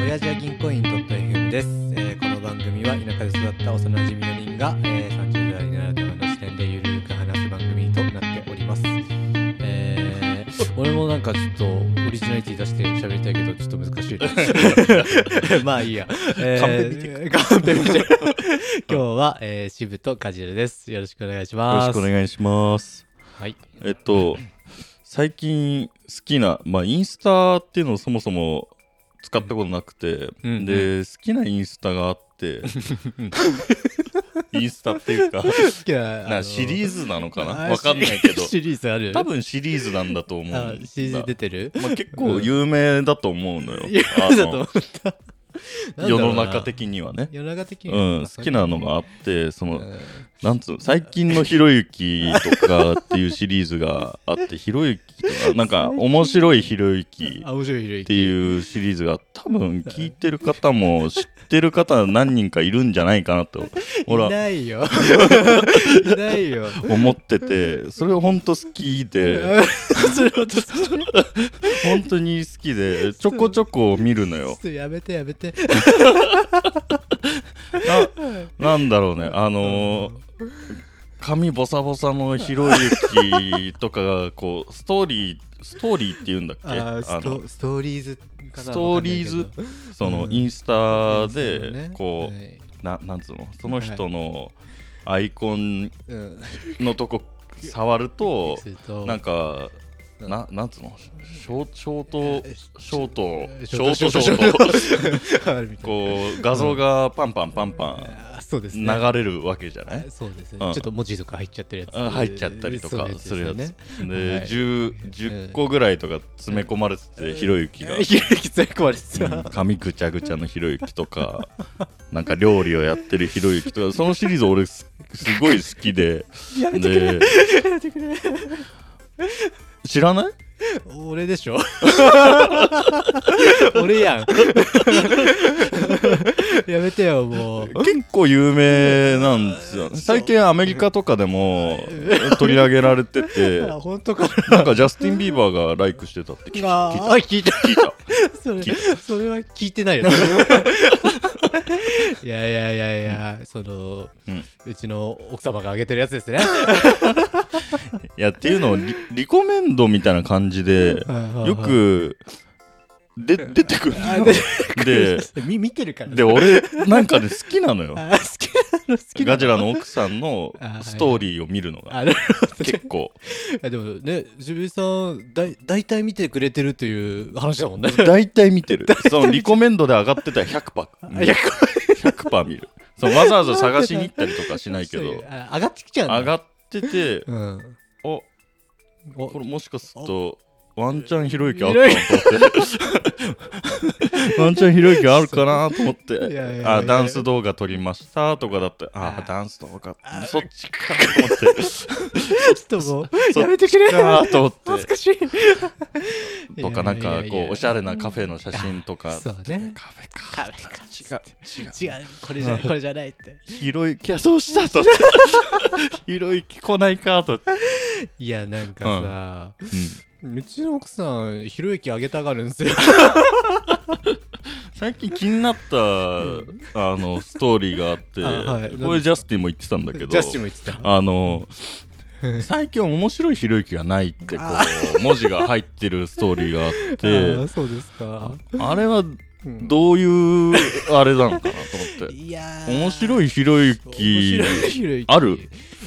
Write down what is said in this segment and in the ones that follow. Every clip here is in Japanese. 親父は銀行員 .fm です、えーこの番組は田舎で育った幼馴染4人が、えー30代ならではの視点でゆるく話す番組となっておりますえー俺もなんかちょっとオリジナリティ出して喋りたいけどちょっと難し いなまあいいや、えー、完璧チェック 今日は、えー、渋とカジルですよろしくお願いしよろましすくお願いします。はいえっと、最近好きな、まあ、インスタっていうのをそもそも使ったことなくて、うんうんで、好きなインスタがあ って、インスタっていうか、なシリーーズなのズかなわかんないけど、 シリーズある多分シリーズなんだと思うんあだ。 CG 出てるまあ、結構有名だと思うのよ。いやあだと思った。の世の中的にはね。世の中的にうん、好きなのがああって、その、なんつうの最近の「ひろゆき」とかっていうシリーズがあって「ひろゆき」とかなんか「面白いひろゆき」あ面白いひろっゆてきいうシリーズが多分聞いてる方も知ってる方何人かいるんじゃないかな と俺いはない よいないよ思っててそれほんと好き でそれはちょっと本当に好きでちょこちょこ見るのちょよっとやめてやめてななんだろうねあのー髪ボサボサのひろゆきとかがこうストーリーストーリーって言うんだっけあーあスのトストーリーズかなストーリーズわかんないけどそのうんインスタそうでねはこいうななんつうのその人のアイコンうんのとこ触るとするとなんかうんななんつうのショショートえショートシショーョトートシショョートートあるみたいなこう画像がパンパンパンパンあーそうですね流れるわけじゃないあそうですねうんちょっと文字とか入っちゃってるやあつ入っちゃったりとそうかですするよやつねではい 10, 10個ぐらいとか詰め込まれててひろゆきがひろゆき最高ですうん髪ぐちゃぐちゃのひろゆきとかなんか料理をやってるひろゆきとかそのシリーズ俺すすごい好きでやめてくれでやめてくれ知らない俺で しょ俺やんやめてよもう結構有名なんですよ最近アメリカとかでも取り上げられ ててあ本当かなんかジャスティン・ビーバーがライクしてたって聞いたなあ聞いた聞いたそれ聞いそれは聞いてないよ いやいやいやいやその、ううんちの奥様があげてるやつですねいやっていうのをリリコメンドみたいな感じでよよくで出てくるあででみ見てるからで俺 なんかね好きなのよあ好きなの好きな ガのジラの奥さんのあはいストーリーを見るのがあなるほどね結構あでもね渋井さんだい大体見てくれてるという話だもんね 大体見てるそのリコメンドで上がってたら100パ いやー100パー見るそのわざわざ探しに行ったりとかしないけ そうどうあ上がってきちゃうんだ上がっててうんおおこれもしかするとワンチャンひろゆきあるかなと思ってワンチャンひろゆきあるかなと思っいやいやいてやあダンス動画撮りましたとかだってああダンス動画あそっちかと 思ってちょっともうそやめてくれあーと思って恥ずかしい とかなんいやかいやいやいこやうおしゃれなカフェの写真とかそうねカフェカかフェか違う違う違うこれじゃないこれじゃないってひろゆきはそうしたと ひろゆき来ないかと、いやなんかさうんうちの奥さんひろゆきあげたがるんですよ最近気になったあのストーリーがあってあはいこれジャスティンも言ってたんだけどジャスティンも言ってたあの最近面白いひろゆきがないってこう文字が入ってるストーリーがああーっそうですかてあれはうんどういうあれなのかなと思っていやー面白いひろゆき面白いひろゆきある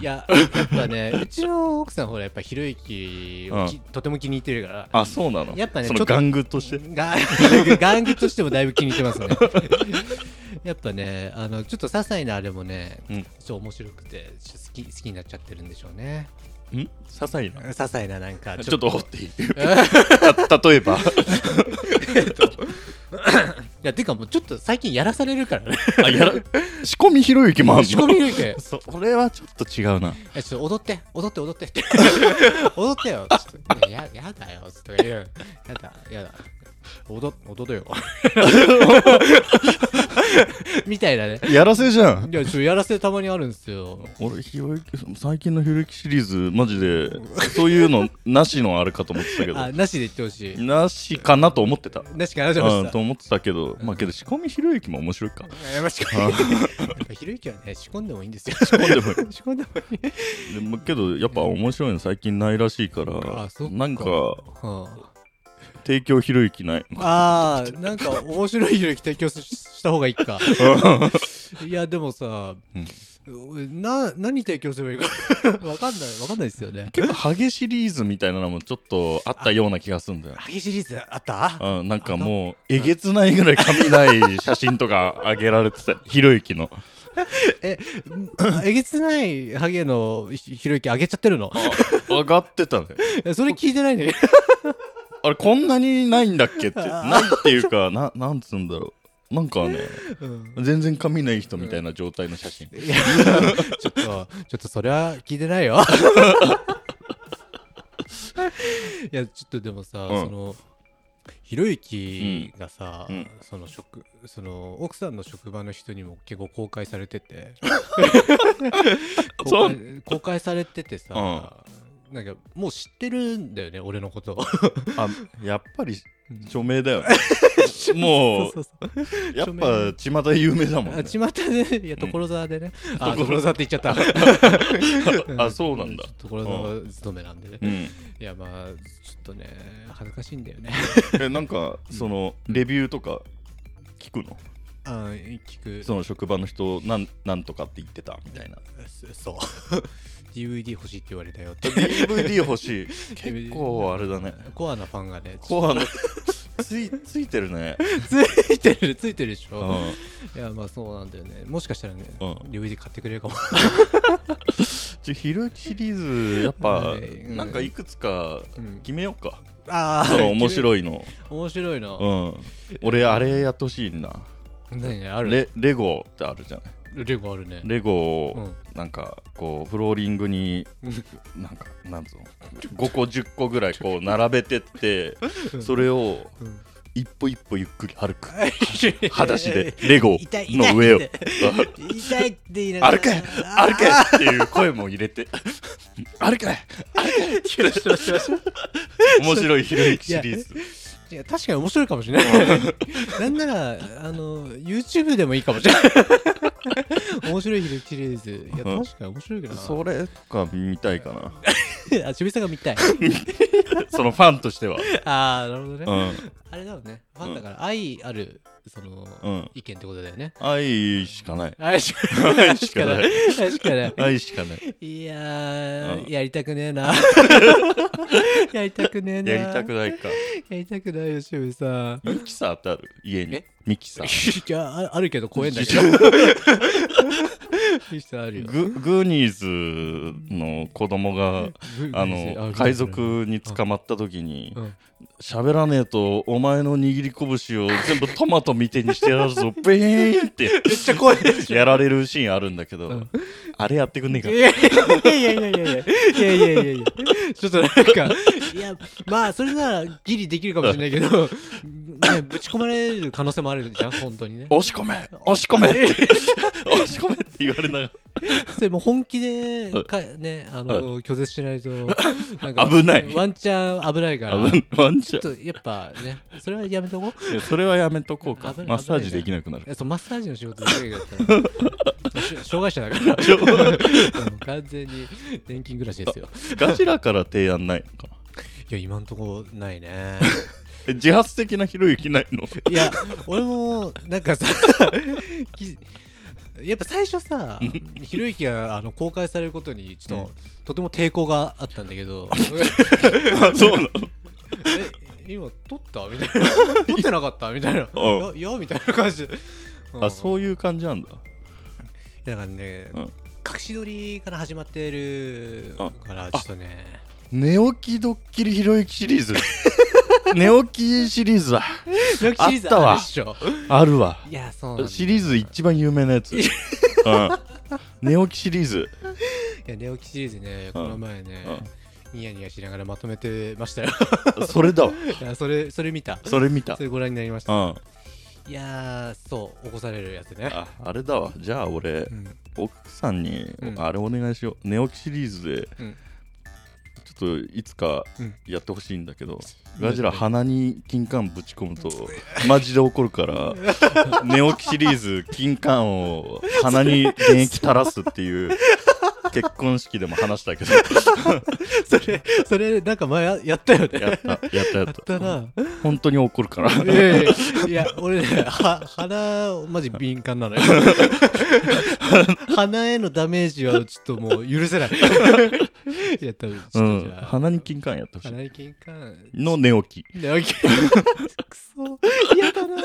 いややっぱねうちの奥さんほらやっぱひろゆきをきうとても気に入ってるからあそうなのやっぱねそちょのっと玩具としてが 玩具としてもだいぶ気に入 ってますねやっぱねあのちょっと些細なあれもね、うんちょっと面白くてちょ好き好きになっちゃってるんでしょうねん些細な些細ななんかちょっと掘っていいい た例えばやてかもうちょっと最近やらされるからねあやら 仕込みひろゆきもあんの仕込み入れ てそれはちょっと違うなえちょっと踊って踊って踊ってって 踊ってよちょっといやややだよつって言 うやだやだ踊踊れよみたいなねやらせじゃんいやちょやらせたまにあるんですよ俺ひろゆき最近のひろゆきシリーズマジでそういうのなしのあれかと思ってたけあどなしで言ってほしいなしかなと思ってたなしかなしまうしんたと思ってたけどまあけど仕込みひろゆきも面白いかやま しくあひろゆきはね仕込んでもいいんですよ仕込んでもい仕込んでもいいいでもけどやっぱ面白いの最近ないらしいからあそっかなんかは提供ひろゆ きないああーなんか面白いひろゆき提供しした方がいいかいやでもさ、な何提供すればいいかわかんないわかんないですよね結構ハゲシリーズみたいなのもちょっとあったような気がするんだよハゲシリーズあったうん、なんかもうえげつないぐらい髪ない写真とかあげられてたひろゆ きのえげつないハゲのひひろゆきあげちゃってるの上がってたねえそれ聞いてないねあれこんなにないんだっけってなんていうかななんつうんだろうなんかねうん全然髪ない人みたいな状態の写真いやちょっとちょっとそれは聞いてないよいやちょっとでもさ、うんそのひろゆきがさ、うんその職その奥さんの職場の人にも結構公開されてて そ公開公開されててさ、なんかもう知ってるんだよね俺のこと あやっぱり著名だよねもそうそうそううやっぱ巷有名だもんあね巷でいや所沢でね、あ所所沢って言っちゃった あそうなんだちょっと所沢勤めなんでね、うんいやまあちょっとね恥ずかしいんだよねえなんかそのレビューとか聞くの あ聞くその職場の人なんなんとかって言ってたみた いなそそう DVD 欲しいって言われたよ って DVD 欲しい結構あれだねコアなファンがねコアのついついてるねついてるついてるでしうょ、んいやまあそうなんだよねもしかしたらね、うん DVD 買ってくれるかもちょひろゆきシリーズやっぱはいうんなんかいくつかうん決めようかあその面い白いの 面白いな、うん俺あれやってほしいな何々あるレレゴってあるじゃないレゴあるねレゴうをんなんかこうフローリングになんかなんぞ5個10個ぐらいこう並べてってそれをうん一歩一歩ゆっくり歩く裸裸足でレゴ痛いの 上を痛い 痛いって言いながら歩け歩けっていう声も入れて 歩 けよしよしよし面白いひろゆきシリーズいや確かに面白いかもしれ ないなんならあの YouTube でもいいかもしれ ない面白い昼シリーズいやうん確かに面白いけどなそれとか見たいかな あちびさが見 たいそのファン としてはああなるほどね、うんあれだろうねファンだから愛あるその、うん意見ってことだよね 愛しかない愛しかない愛しかない愛しかない愛しかないいやー、うんやりたくねえな やりたくねえなやりたくないかやりたくないよしぶさん ミキサーってある家にえミキサーいやああるけど怖えんだけど いい人あるよググーニーズの子供があの海賊に捕まった時にうん喋らねえとお前の握り拳を全部トマトみてえにしてや るぞベーンってめっちゃ怖いやられるシーンあるんだけど、んあれやってくんねえかいやいやいやいやいやいやいやいやいやいやちょっとなんかいやまあそれならギリできるかもしれないけど、ね、ぶち込まれる可能性もあるじゃん本当にね押し込め押し込めって押し込めって言われながそれもう本気でかねあの拒絶しないとなんか危ないワンチャン危ないからら危ないワンちちょゃっとやっぱねそれはやめとこうんそれはやめとこうか危ないマッサージできなくなるえそうマッサージの仕事だけだったらし障害者だから うん完全に年金暮らしですよガジラから提案ないのかないや今んとこないねえ自発的なひろゆきないのいや俺もなんかさきやっぱ最初さひろゆきがあの公開されることにちょっと、とても抵抗があったんだけどあ そうなのえ 今撮ったみたい な撮ってなかったみたいな、ういやいやみたいな感じで、うんあそういう感じなんだだからね、うん隠し撮りから始まってるからちょっとね寝起きドッキリひろゆきシリーズ 寝起きシリーズだシリーズあるっしょあるわいやそうなんだシリーズ一番有名なやつ、うん、寝起きシリーズいや寝起きシリーズねこの前ね、ニヤニヤしながらまとめ てましたよそれだわいやそれそれ見たそれ見たそれご覧になりましうたんいやーそう起こされるやつねああれだわじゃあ俺うん奥さんにうんあれお願いしよう、寝起きシリーズで、うんちょっといつかうんやってほしいんだけど、うんガジラ鼻に金管ぶち込むとマジで怒るから 寝起きシリーズ金管を鼻に現液垂らすっていう結婚式でも話し たけど それそれなんか前ややったよねやったやったややっったた な本当に怒 るからいやいやいや俺ねは鼻マジ敏感なのよ鼻へのダメージはちょっともう許 せないいや多分ちうょっとんじゃあ鼻に金管やってほしい鼻に敏感の寝起きね、OK くそ嫌だな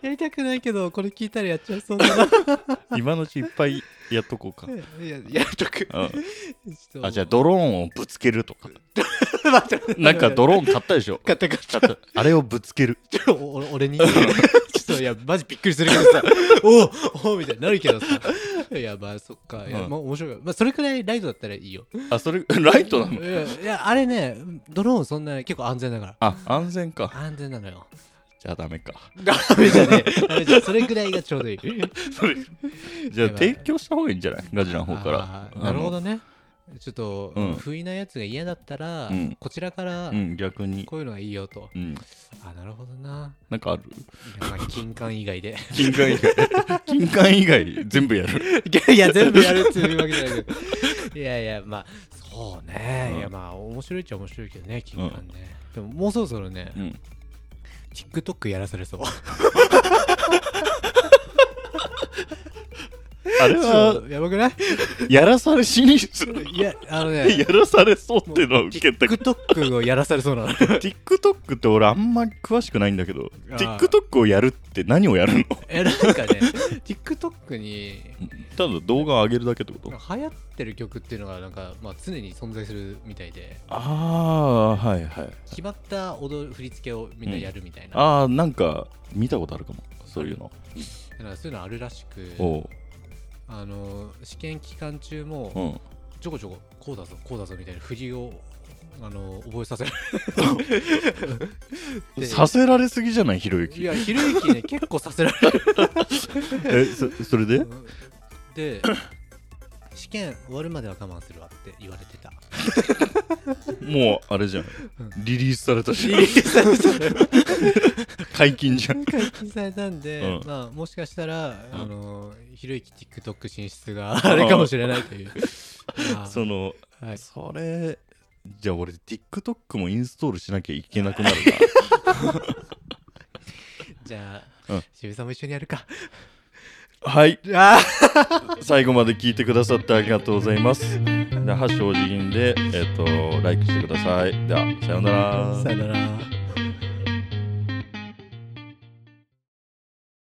やりたくないけどこれ聞いたらやっちゃいそうだな今のうちいっぱいやっとこ うか、いややっとく ちうょっん、とあじゃあドローンをぶつけるとか 待って待って なんかドローン買ったでしょ買った買っちょたっとあれをぶつけるちょお俺に ちょっといやマジびっくりするけど さおおおみたいになるけどさいやまあそっかいや、うんまあ面白いまあそれくらいライトだったらいいよあそれ ライトないのやいやあれねドローンそんな結構安全だからあ安全か安全なの よじゃあダメかダメじゃねえダメじゃそれくらいがちょうどいいそれじゃあ提供した方がいいんじゃないガジラの方かあーらなるほあどねちょっと、うん不意なやつが嫌だったら、うんこちらからのうん逆にこういうのがいいよと、うんあなるほどななんかあるいやまあ金管以外で金管以外金管以外全部やる いや全部やるっていうわけじゃないけど いやいやまあそうね、うんいやまあ面白いっちゃ面白いけどね金管ね、でももうそろそろね、うん TikTok やらされそうあれはやばくないやらされしにするい やあのねやらされそうっていうのは受けた TikTok をやらされそう なの TikTok って俺あんまり詳しくないんだけどあー TikTok をやるって何をやるのえなんかね TikTok にただ動画を上げるだけってこと流行ってる曲っていうのがなんか、まあ、常に存在するみたいでああーはいはい決まった踊る振り付けをみんなやるみたいな,、ああなんか見たことあるかもそういうのなんかそういうのあるらしくおうあの試験期間中うもんちょこちょここうだぞこうだぞみたいな振りをあの覚えさせる でさせられすぎじゃないひろゆいきやひろゆきね結構させられるえそそれでで試験終わるまでは我慢するわって言われてたもうあれじゃんうんリリースされたし解解禁じゃん禁されたんで、うんまあ、もしかしたら、んあのひろゆき TikTok 進出があれかもしれないという。まあ そのはい、それじゃあ俺 TikTok もインストールしなきゃいけなくなるじゃあ、うん渋さんも一緒にやるか。な はいあ最後まで聞いてくださってありがとうございますで「はしおじぎん」でえっ、とライクしてくださいではさようならさよなら。